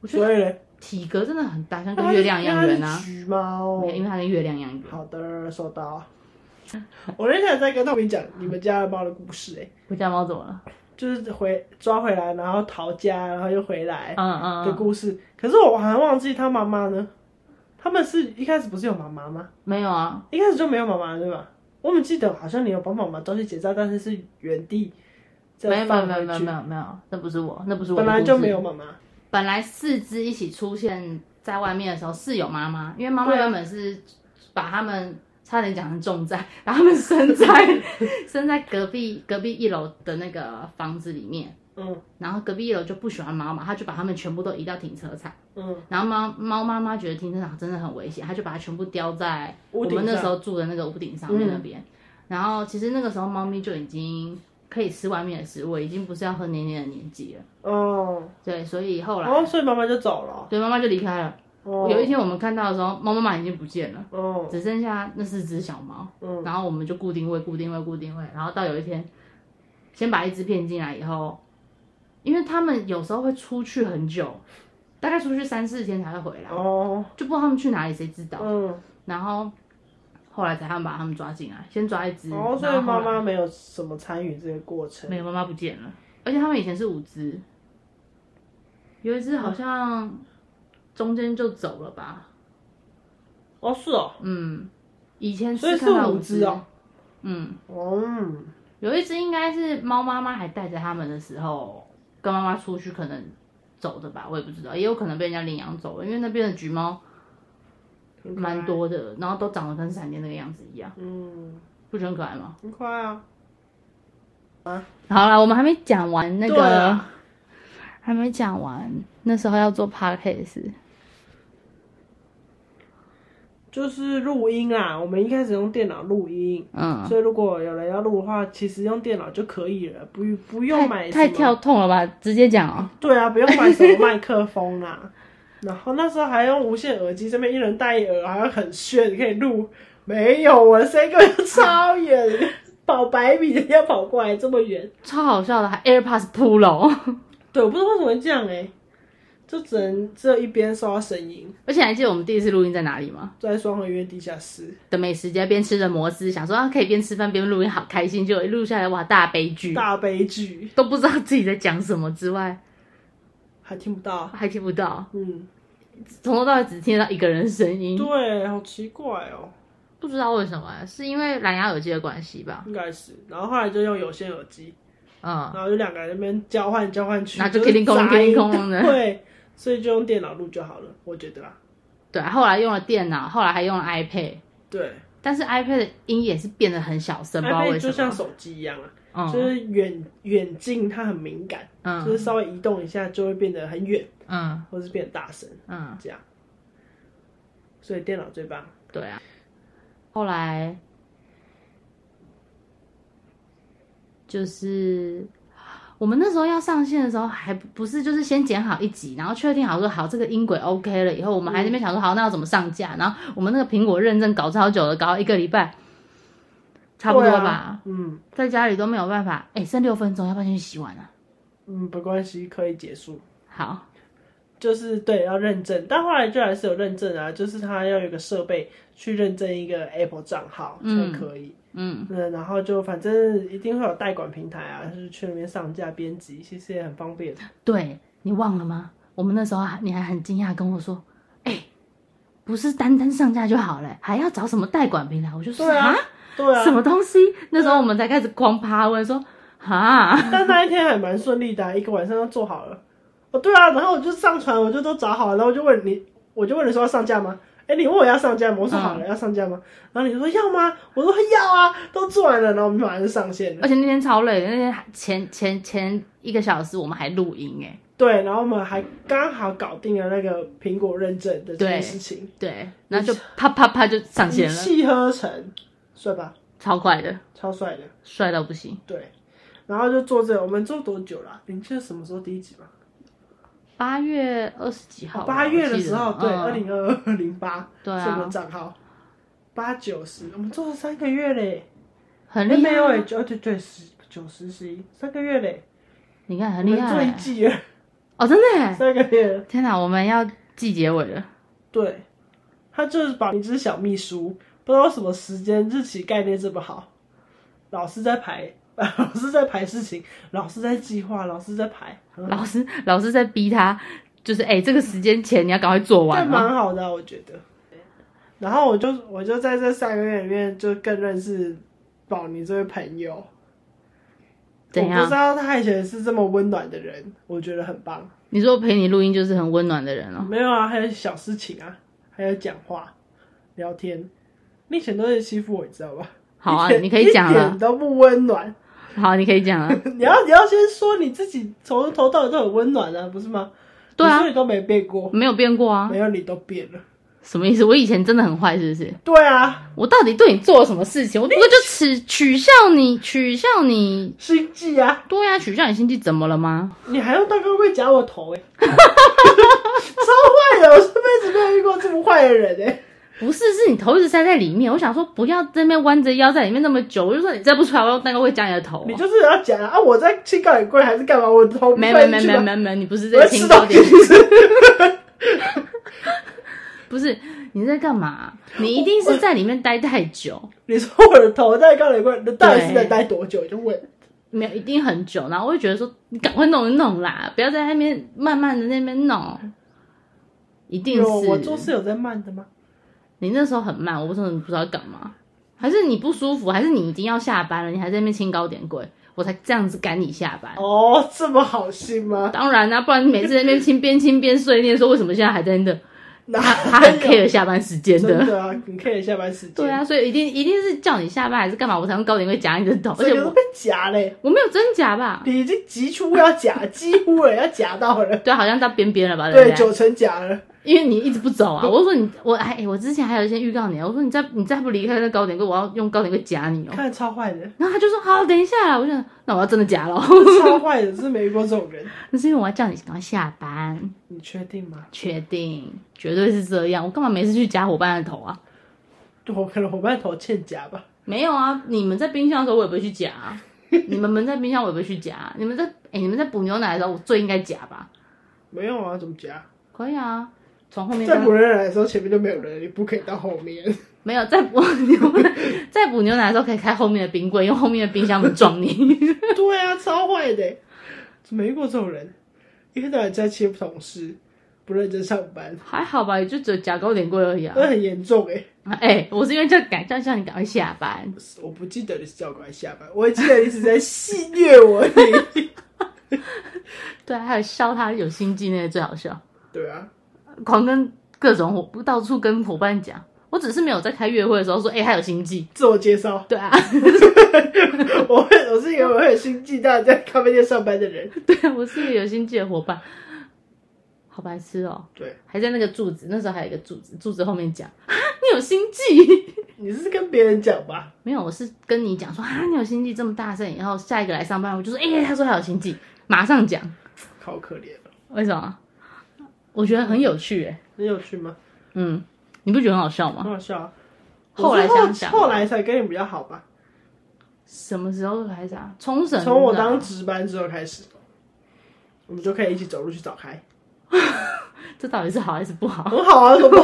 Speaker 2: 我觉得
Speaker 1: 所以嘞，
Speaker 2: 体格真的很大，像跟月亮一样圆
Speaker 1: 那他
Speaker 2: 啊
Speaker 1: 是，橘猫
Speaker 2: 没。有因为他跟月亮一样圆。
Speaker 1: 好的，收到。啊我那天在跟透明讲你们家的猫的故事、欸，
Speaker 2: 我家猫怎么了？
Speaker 1: 就是回抓回来，然后逃家，然后又回来，
Speaker 2: 嗯嗯
Speaker 1: 的
Speaker 2: 嗯，
Speaker 1: 故事。可是我还忘记他妈妈呢。他们是一开始不是有妈妈吗？
Speaker 2: 没有啊，
Speaker 1: 一开始就没有妈妈对吧？我们记得好像你有帮妈妈东西结账，但是是原地再
Speaker 2: 没有没有
Speaker 1: 放
Speaker 2: 没有没
Speaker 1: 回
Speaker 2: 有
Speaker 1: 去
Speaker 2: 没，有没有，那不是我，那不是我的
Speaker 1: 本来就
Speaker 2: 故事
Speaker 1: 没有妈妈。
Speaker 2: 本来四只一起出现在外面的时候是有妈妈，因为妈妈
Speaker 1: 对啊
Speaker 2: 原本是把他们差点讲成重灾，把他们生 在生在隔壁隔壁一楼的那个房子里面，
Speaker 1: 嗯
Speaker 2: 然后隔壁一楼就不喜欢猫嘛，他就把他们全部都移到停车场，
Speaker 1: 嗯，
Speaker 2: 然后猫猫妈妈觉得停车场真的很危险，他就把它全部叼在我
Speaker 1: 屋顶
Speaker 2: 们那
Speaker 1: 上
Speaker 2: 时候住的那个屋顶上面那
Speaker 1: 嗯
Speaker 2: 边，然后其实那个时候猫咪就已经可以吃外面的食物，已经不是要喝黏黏的年纪了，
Speaker 1: 哦，
Speaker 2: 对，所以后来。
Speaker 1: 然后所以妈妈就走了。
Speaker 2: 对，妈妈就离开了。
Speaker 1: 哦，
Speaker 2: 有一天我们看到的时候，猫妈妈已经不见了，
Speaker 1: 哦，
Speaker 2: 只剩下那四只小猫。
Speaker 1: 嗯
Speaker 2: 然后我们就固定位、固定位、固定位，然后到有一天，先把一只骗进来以后，因为他们有时候会出去很久，大概出去三四天才会回来，
Speaker 1: 哦，
Speaker 2: 就不知道他们去哪里，谁知道？
Speaker 1: 嗯，
Speaker 2: 然后后来才他们把他们抓进来，先抓一只，嗯然
Speaker 1: 哦，
Speaker 2: 后
Speaker 1: 所以妈
Speaker 2: 后来
Speaker 1: 妈没有什么参与这个过程。
Speaker 2: 没有妈妈不见了，而且他们以前是五只，有一只好像中间就走了吧。
Speaker 1: 哦，是哦，
Speaker 2: 嗯，以前
Speaker 1: 所以
Speaker 2: 是
Speaker 1: 是
Speaker 2: 看到
Speaker 1: 五
Speaker 2: 五
Speaker 1: 只哦。
Speaker 2: 嗯，
Speaker 1: 哦，嗯
Speaker 2: 有一只应该是猫妈妈还带着它们的时候，跟妈妈出去可能走的吧，我也不知道，也有可能被人家领养走了，因为那边的橘猫
Speaker 1: 很可爱
Speaker 2: 蛮，多的，然后都长得跟闪电那个样子一样，
Speaker 1: 嗯，
Speaker 2: 不觉得很可爱吗？
Speaker 1: 很快啊，
Speaker 2: 好啦，我们还没讲完那
Speaker 1: 对
Speaker 2: 个，
Speaker 1: 啊
Speaker 2: 还没讲完，那时候要做 podcast，
Speaker 1: 就是录音啦，我们一开始用电脑录音。
Speaker 2: 嗯，
Speaker 1: 所以如果有人要录的话，其实用电脑就可以了，不不用买
Speaker 2: 太太
Speaker 1: 什么
Speaker 2: 跳痛了吧？直接讲哦、
Speaker 1: 对啊，不用买什么麦克风啦。然后那时候还用无线耳机，这边一人戴一耳，好像很炫，可以录。没有，我的声音根本就超远，跑百米人家跑过来这么远。
Speaker 2: 超好笑的，还 AirPods Pro，
Speaker 1: 对，我不知道为什么会这样哎、就只能只有一边收到声音，
Speaker 2: 而且还记得我们第一次录音在哪里吗？
Speaker 1: 在双合院地下室，
Speaker 2: 的美食街边吃着摩斯，想说啊可以边吃饭边录音，好开心，就一录下来哇大悲剧，
Speaker 1: 大悲剧
Speaker 2: 都不知道自己在讲什么之外，
Speaker 1: 还听不到。
Speaker 2: 还听不到，
Speaker 1: 嗯，
Speaker 2: 从头到尾只听到一个人声音，
Speaker 1: 对，好奇怪哦，
Speaker 2: 不知道为什么，啊是因为蓝牙耳机的关系吧？
Speaker 1: 应该是。然后后来就用有线耳机，
Speaker 2: 嗯，
Speaker 1: 然后就两个人在那边交换交换去，
Speaker 2: 那就
Speaker 1: 就是
Speaker 2: 叮叮咣
Speaker 1: 杂
Speaker 2: 叮叮
Speaker 1: 音
Speaker 2: 咣咣的
Speaker 1: 对，所以就用电脑录就好了，我觉得啦。
Speaker 2: 对，啊后来用了电脑，后来还用了 iPad，
Speaker 1: 对
Speaker 2: 但是 iPad 的音也是变得很小声，不知道
Speaker 1: ，iPad
Speaker 2: 为
Speaker 1: 就
Speaker 2: 什
Speaker 1: 像
Speaker 2: 么。
Speaker 1: 手机一样啊，就
Speaker 2: 嗯
Speaker 1: 是远远近它很敏感，就
Speaker 2: 嗯
Speaker 1: 是稍微移动一下就会变得很远，
Speaker 2: 嗯
Speaker 1: 或是变得大声
Speaker 2: 嗯，
Speaker 1: 这样。所以电脑最棒。
Speaker 2: 对啊。后来就是我们那时候要上线的时候，还不是就是先剪好一集，然后确定好说好这个音轨 OK 了以后，我们还在那边想说好那要怎么上架，然后我们那个苹果认证搞超久了，搞到一个礼拜，差不多
Speaker 1: 对啊
Speaker 2: 吧，
Speaker 1: 嗯
Speaker 2: 在家里都没有办法。哎，剩六分钟，要不要先去洗碗啊？
Speaker 1: 嗯，没关系，可以结束。
Speaker 2: 好。
Speaker 1: 就是对，要认证，但后来就还是有认证啊，就是它要有一个设备去认证一个 Apple 账号才
Speaker 2: 嗯
Speaker 1: 可以。
Speaker 2: 嗯，
Speaker 1: 嗯，然后就反正一定会有代管平台啊，就是去那边上架编辑，其实也很方便。
Speaker 2: 对你忘了吗？我们那时候还你还很惊讶跟我说，哎、不是单单上架就好了，还要找什么代管平台？我就说
Speaker 1: 对啊，对啊
Speaker 2: 什，么东西？那时候我们才开始狂爬问说， 哈，
Speaker 1: 但那一天还蛮顺利的啊、一个晚上就做好了。哦，对啊，然后我就上传，我就都找好了，然后我就问你，我就问你说要上架吗？哎，你问我要上架吗？我说好
Speaker 2: 嗯
Speaker 1: 了，要上架吗？然后你说要吗？我说要啊，都做完了，然后我们马上就上线了
Speaker 2: 而。且那天超累的，那天前前前一个小时我们还录音哎、
Speaker 1: 对，然后我们还刚好搞定了那个苹果认证的这件事情，
Speaker 2: 对，然后就啪啪啪就上
Speaker 1: 一
Speaker 2: 线了，
Speaker 1: 气呵成，帅吧？
Speaker 2: 超快的，
Speaker 1: 超帅的。
Speaker 2: 帅到不行，
Speaker 1: 对，然后就做这个，我们做多久啦、你记得什么时候第一集吗？
Speaker 2: 八月二十几号吧，
Speaker 1: 哦八月的时
Speaker 2: 我
Speaker 1: 候，
Speaker 2: 记
Speaker 1: 对，
Speaker 2: 得
Speaker 1: 二
Speaker 2: 嗯
Speaker 1: 零二二零八，
Speaker 2: 对
Speaker 1: 是我们
Speaker 2: 啊，
Speaker 1: 账号，八九十，我们做了三个月嘞，
Speaker 2: 很
Speaker 1: 哎
Speaker 2: 厉害
Speaker 1: 没有哎、
Speaker 2: 啊，
Speaker 1: 九对对十九十十一，三个月嘞，
Speaker 2: 你看
Speaker 1: 我
Speaker 2: 很厉
Speaker 1: 们
Speaker 2: 害
Speaker 1: 做一
Speaker 2: 欸、
Speaker 1: 季了，
Speaker 2: 哦，真的、欸，
Speaker 1: 三个月了，
Speaker 2: 天哪，我们要季结尾了。
Speaker 1: 对，他就是把一只小秘书，不知道什么时间日期概念这么好，老是在排。 老是在排事情，老是在计划，老是在排，很好
Speaker 2: 老师老师在逼他，就是哎、欸这个时间前你要赶快做
Speaker 1: 这
Speaker 2: 完哦。
Speaker 1: 蛮好的啊、我觉得。然后我就我就在这三个月里面，就更认识宝妮这位朋友。我
Speaker 2: 怎
Speaker 1: 不知
Speaker 2: 样？
Speaker 1: 道他以前是这么温暖的人，我觉得很棒。
Speaker 2: 你说陪你录音就是很温暖的人哦。
Speaker 1: 没有啊，还有小事情啊，还有讲话、聊天。你以前都是欺负我，你知道吧？
Speaker 2: 好啊
Speaker 1: 一，点
Speaker 2: 你可以讲
Speaker 1: 一
Speaker 2: 了
Speaker 1: 点。都不温暖。
Speaker 2: 好，你可以讲了。
Speaker 1: 你要你要先说你自己从头到尾都很温暖啊，不是吗？
Speaker 2: 对啊
Speaker 1: 你说你都没变过，
Speaker 2: 没有变过啊
Speaker 1: 没，有你都变了。
Speaker 2: 什么意思？我以前真的很坏，是不是？
Speaker 1: 对啊，
Speaker 2: 我到底对你做了什么事情？我不过就取取笑你，取笑你。
Speaker 1: 心计啊，
Speaker 2: 对呀、取笑你心机怎么了吗？
Speaker 1: 你还用蛋糕棍夹我头哎、欸， 超坏的！我这辈子没有遇过这么坏的人哎、
Speaker 2: 不是，是你头一直塞在里面。我想说，不要在那边弯着腰在里面那么久。我就说你再不出来，我用蛋糕会夹你的头、
Speaker 1: 你就是要夹啊！我在清高你跪还是干嘛？我头不
Speaker 2: 没
Speaker 1: 会
Speaker 2: 没没
Speaker 1: 去
Speaker 2: 没
Speaker 1: 吗
Speaker 2: 没没，你不是
Speaker 1: 我
Speaker 2: 在
Speaker 1: 在
Speaker 2: 听
Speaker 1: 吃
Speaker 2: 高
Speaker 1: 东
Speaker 2: 点。
Speaker 1: 西。
Speaker 2: 不是你在干嘛？
Speaker 1: 哦
Speaker 2: 你一定是在里面待太久，
Speaker 1: 你说我的头在高你跪，那到底是能待多久？就问，
Speaker 2: 没有一定很久，然后我会觉得说你赶快弄一弄啦，不要在那边慢慢的那边弄，一定
Speaker 1: 有我
Speaker 2: 是
Speaker 1: 做事有在慢的吗？
Speaker 2: 你那时候很慢，我真的不知道干嘛，还是你不舒服，还是你已经要下班了，你还在那边清高点贵，我才这样子赶你下班。啊
Speaker 1: 哦，这么好心吗？
Speaker 2: 当然啦、不然你每次在那边清边清边碎念说为什么现在还在那，
Speaker 1: 哪
Speaker 2: 他他很 care 下班时间
Speaker 1: 哎真
Speaker 2: 的。
Speaker 1: 的啊，你可以下班时间，
Speaker 2: 对啊，所以一定一定是叫你下班还是干嘛，我才用高点会夹你的啊头，而
Speaker 1: 这
Speaker 2: 且
Speaker 1: 个都
Speaker 2: 我啊
Speaker 1: 被夹嘞，
Speaker 2: 我没有真夹吧？
Speaker 1: 你已经急出要夹， 几乎了，要夹到了，
Speaker 2: 对，好像到边边了吧？
Speaker 1: 对，
Speaker 2: 不对？
Speaker 1: 九成夹了，
Speaker 2: 因为你一直不走啊！我说你，我哎、我之前还有一些预告你，啊我说你再你再不离开那高点柜，我要用高点柜夹 你哦、
Speaker 1: 看超坏的，
Speaker 2: 然后他就说好，等一下啦。我就想，那我要真的夹了，
Speaker 1: 超坏的，是没遇过这种人，
Speaker 2: 那 是因为我要叫你赶快下班，
Speaker 1: 你确定吗？
Speaker 2: 确定，绝对是这样。我干嘛每次去夹伙伴的头啊？
Speaker 1: 我可能伙伴头欠夹吧，
Speaker 2: 没有啊，你们在冰箱的时候我也不会去 夹、啊，你们闷在冰箱我也不会去夹，你们在哎、你们在补牛奶的时候我最应该夹吧？
Speaker 1: 没有啊，怎么夹？
Speaker 2: 可以啊，从后面
Speaker 1: 在
Speaker 2: 跟
Speaker 1: 补人来的时候，前面就没有人，你不可以到后面。
Speaker 2: 没有在补牛 奶，在补牛奶的时候可以开后面的冰柜，用后面的冰箱门撞你。
Speaker 1: 对啊，超坏的，怎么没遇过这种人？一天到晚在欺负同事，不认真上班，
Speaker 2: 还好吧，也就只有夹高点柜而已啊。
Speaker 1: 那很严重哎。
Speaker 2: 哎、我是因为叫赶叫叫你赶快下班，
Speaker 1: 我不记得你是叫我赶快下班，我记得你是在戏虐 我而已。
Speaker 2: 对啊，还有笑他有心机那个最好笑，
Speaker 1: 对啊，
Speaker 2: 狂跟各种伙到处跟伙伴讲。我只是没有在开月会的时候说，哎、他有心机。
Speaker 1: 自我介绍，
Speaker 2: 对啊，
Speaker 1: 我会我是一个我很心计大在咖啡店上班的人。
Speaker 2: 对啊，我是一个有心机的伙伴，好白痴哦、
Speaker 1: 对，
Speaker 2: 还在那个柱子，那时候还有一个柱子，柱子后面讲啊，你有心机。
Speaker 1: 你是跟别人讲吧？
Speaker 2: 没有，我是跟你讲说啊，你有心机这么大声，然后下一个来上班，我就说，哎、他说他有心机，马上讲。
Speaker 1: 好可怜哦，
Speaker 2: 为什么？我觉得很有趣哎、
Speaker 1: 很有趣吗？
Speaker 2: 嗯，你不觉得很好笑
Speaker 1: 很
Speaker 2: 吗？
Speaker 1: 好笑啊。
Speaker 2: 后来想想
Speaker 1: 后来才跟你比较好吧？
Speaker 2: 什么时候开始啊？冲绳
Speaker 1: 从我
Speaker 2: 那个啊
Speaker 1: 当值班之后开始，我们就可以一起走路去找开，
Speaker 2: 这到底是好还是不好？
Speaker 1: 很好啊，怎么不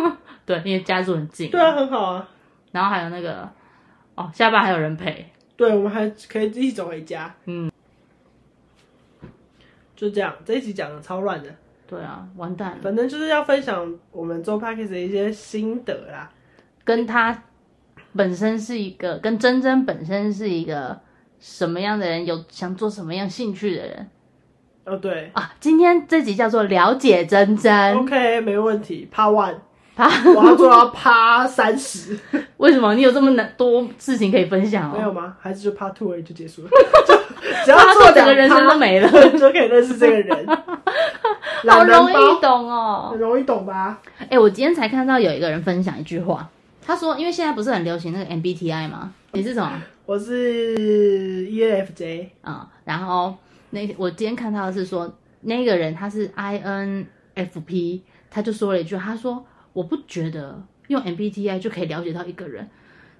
Speaker 1: 好？
Speaker 2: 对，因为家住很近，
Speaker 1: 对啊，很好啊。
Speaker 2: 然后还有那个哦，下班还有人陪，
Speaker 1: 对，我们还可以一起走回家。
Speaker 2: 嗯，
Speaker 1: 就这样，这一集讲的超乱的，
Speaker 2: 对啊，完蛋了，
Speaker 1: 反正就是要分享我们做 p a c k a g e 的一些心得啦。
Speaker 2: 跟他本身是一个，跟珍珍本身是一个什么样的人，有想做什么样兴趣的人
Speaker 1: 哦，对、
Speaker 2: 啊？今天这集叫做了解珍珍
Speaker 1: o，k 没问题。Part One，
Speaker 2: 他
Speaker 1: 我要做到 Part 三十，
Speaker 2: 为什么你有这么难多事情可以分享
Speaker 1: 没
Speaker 2: 哦？
Speaker 1: 有吗？还是就 Part Two 而已就结束了？ 就只要
Speaker 2: 他
Speaker 1: 做
Speaker 2: 做
Speaker 1: 两
Speaker 2: 整个人生都没了，
Speaker 1: 趴 就可以认识这个人，
Speaker 2: 好
Speaker 1: 懒人
Speaker 2: 容易
Speaker 1: 包
Speaker 2: 懂哦
Speaker 1: 很。容易懂吧？
Speaker 2: 哎、我今天才看到有一个人分享一句话，他说，因为现在不是很流行那个 MBTI 吗？你是什么
Speaker 1: 我是 E ENFJ，
Speaker 2: 啊、然后那我今天看到的是说，那个人他是 INFP，他就说了一句，他说我不觉得用 MBTI 就可以了解到一个人，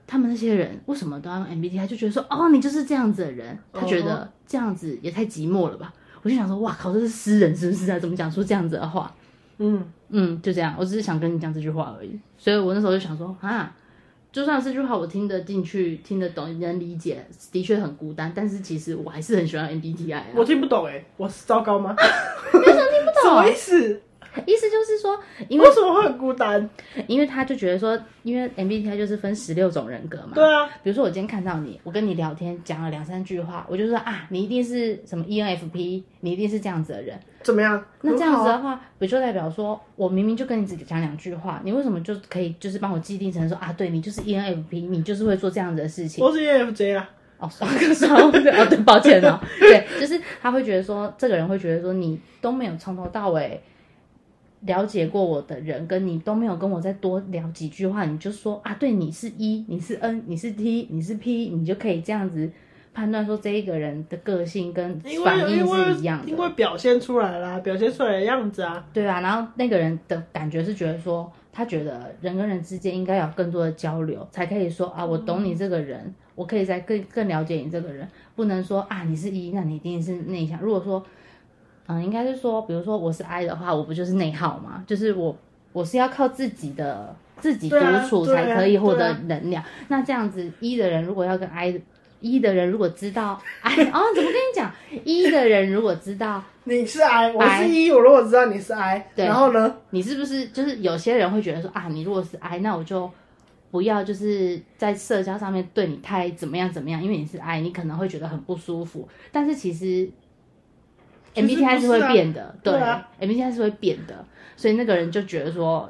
Speaker 2: 他们那些人为什么都要用 MBTI？就觉得说，哦，你就是这样子的人，他觉得这样子也太寂寞了吧。我就想说，哇靠，这是诗人是不是啊？怎么讲出这样子的话？
Speaker 1: 嗯，
Speaker 2: 嗯，就这样，我只是想跟你讲这句话而已。所以我那时候就想说，啊，就算这句话我听得进去、听得懂、能理解，的确很孤单，但是其实我还是很喜欢 MBTI 啊。
Speaker 1: 我听不懂哎、我是糟 糕吗？你为什么听不懂？什么意思？
Speaker 2: 意思就是说，因为
Speaker 1: 为什么会很孤单？
Speaker 2: 因为他就觉得说，因为 MBTI 就是分十六种人格嘛。
Speaker 1: 对啊，
Speaker 2: 比如说我今天看到你，我跟你聊天讲了两三句话，我就说啊，你一定是什么 E ENFP，你一定是这样子的人。
Speaker 1: 怎么样？
Speaker 2: 那这样
Speaker 1: 很
Speaker 2: 子
Speaker 1: 好啊，
Speaker 2: 的话，不就代表说我明明就跟你只讲两句话，你为什么就可以就是帮我既定成说啊，对你就是 ENFP，你就是会做这样子的事情？
Speaker 1: 我是 ENFJ 啊，
Speaker 2: 哦，算了算了，对哦，对，抱歉 哦，对，就是他会觉得说，这个人会觉得说你都没有从头到尾了解过我的人，跟你都没有跟我再多聊几句话，你就说啊，对，你是一，你是 N，你是 T，你是 P，你就可以这样子判断说这一个人的个性跟
Speaker 1: 因为
Speaker 2: 反
Speaker 1: 因
Speaker 2: 应
Speaker 1: 为
Speaker 2: 是一样的，
Speaker 1: 因为表现出来啦，表现出来的样子啊，
Speaker 2: 对啊，然后那个人的感觉是觉得说，他觉得人跟人之间应该有更多的交流，才可以说啊，我懂你这个人，我可以再更更了解你这个人，不能说啊你是一，那你一定是内向。如果说，嗯，应该是说，比如说我是 I 的话，我不就是内耗嘛？就是我我是要靠自己的自己独
Speaker 1: 对啊
Speaker 2: 处
Speaker 1: 对啊
Speaker 2: 才可以获
Speaker 1: 对
Speaker 2: 得
Speaker 1: 啊
Speaker 2: 能量。那这样子一的人如果要跟 I 一的人如果知道 I 哦，怎么跟你讲？一的人如果知道。
Speaker 1: 你是 I，我
Speaker 2: I
Speaker 1: 是 E，我如果知道你是 I，
Speaker 2: 对
Speaker 1: 然后呢？
Speaker 2: 你是不是就是有些人会觉得说啊，你如果是 I，那我就不要就是在社交上面对你太怎么样怎么样，因为你是 I，你可能会觉得很不舒服。但是其实
Speaker 1: 实不是啊
Speaker 2: MBTI 是会变的，对
Speaker 1: 对啊
Speaker 2: MBTI 是会变的，所以那个人就觉得说，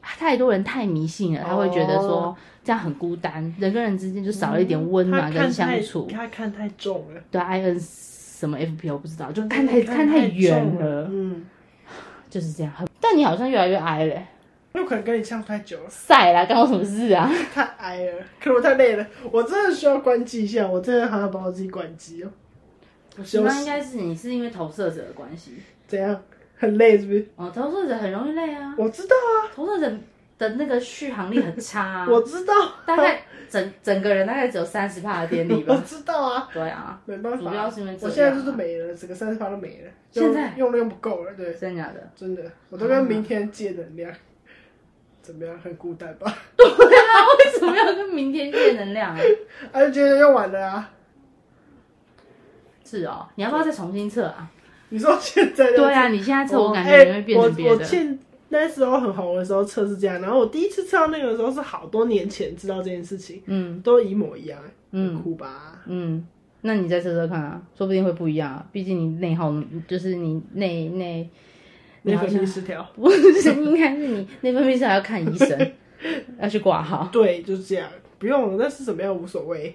Speaker 2: 啊太多人太迷信了，他会觉得说
Speaker 1: 哦
Speaker 2: 这样很孤单，人跟人之间就少了一点温暖
Speaker 1: 他
Speaker 2: 跟
Speaker 1: 看
Speaker 2: 相
Speaker 1: 太
Speaker 2: 处。
Speaker 1: 他看太重了，
Speaker 2: 对啊，IN 什么 FP 我不知道，就看太看太
Speaker 1: 重
Speaker 2: 远
Speaker 1: 了，
Speaker 2: 了，
Speaker 1: 嗯，
Speaker 2: 就是这样。很但你好像越来越欸 I 嘞，
Speaker 1: 有可能跟你相处太久了，
Speaker 2: 晒啦，干我什么事啊？
Speaker 1: 太矮了，可能我太累了，我真的需要关机一下，我真的好想把我自己关机哦。我休
Speaker 2: 那应
Speaker 1: 息，
Speaker 2: 该是你是因为投射者的关系，
Speaker 1: 怎样？很累是不是？
Speaker 2: 哦，投射者很容易累啊，
Speaker 1: 我知道啊，，
Speaker 2: 投射者的那个续航力很差、啊
Speaker 1: 我知道，
Speaker 2: 大概整整个人大概只有三十帕的电力
Speaker 1: 我
Speaker 2: 吧。
Speaker 1: 知道啊，
Speaker 2: 对啊，
Speaker 1: 没办法，
Speaker 2: 主要是因为这样啊
Speaker 1: 我现在就是没了，整个三十八都没了，
Speaker 2: 现
Speaker 1: 用
Speaker 2: 在啊
Speaker 1: 用量不够了，对，
Speaker 2: 真的 假的？
Speaker 1: 真的，我都跟明天借能量，怎么样？很孤单吧？
Speaker 2: 对啊，为什么要跟明天借能量啊？
Speaker 1: 而且觉得用完了啊，
Speaker 2: 是哦，你要不要再重新测啊？
Speaker 1: 你说现在就
Speaker 2: 对啊，你现在测我感觉
Speaker 1: 哎
Speaker 2: 你会变成别
Speaker 1: 我我
Speaker 2: 的。
Speaker 1: 现那时候很红的时候测是这样，然后我第一次测到那个的时候是好多年前知道这件事情，
Speaker 2: 嗯
Speaker 1: 都一模一样、
Speaker 2: 嗯
Speaker 1: 哭吧。
Speaker 2: 嗯，那你再测测看啊，说不定会不一样啊。毕竟你内耗，就是你内内，你
Speaker 1: 内
Speaker 2: 好
Speaker 1: 分
Speaker 2: 像
Speaker 1: 泌失调，
Speaker 2: 不是应该是你内分泌失调要看 医生，要去挂号。
Speaker 1: 对，就是这样，不用，那是什么样无所谓。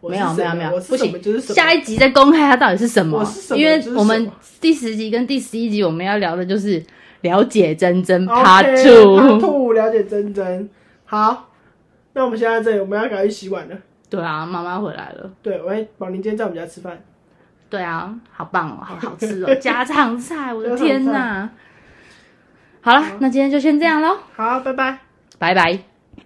Speaker 1: 我
Speaker 2: 没
Speaker 1: 是
Speaker 2: 有没
Speaker 1: 什
Speaker 2: 有
Speaker 1: 么
Speaker 2: 没有，
Speaker 1: 我
Speaker 2: 不
Speaker 1: 是什
Speaker 2: 行
Speaker 1: 么就是什么。
Speaker 2: 下一集再公开它到底是什么，
Speaker 1: 我是什么
Speaker 2: 因为
Speaker 1: 就是什么
Speaker 2: 我们第十集跟第十一集我们要聊的就是了解真真
Speaker 1: OK，
Speaker 2: Part
Speaker 1: 怕
Speaker 2: Two。
Speaker 1: 吐了解真真。好，那我们现在在这里，我们要赶快去洗碗了。
Speaker 2: 对啊，妈妈回来了。
Speaker 1: 对，喂，宝林今天在我们家吃饭，
Speaker 2: 对啊，好棒哦，好好吃 哦，家常菜，我的天哪！好了，那今天就先这样喽，
Speaker 1: 好，拜拜。
Speaker 2: 拜拜。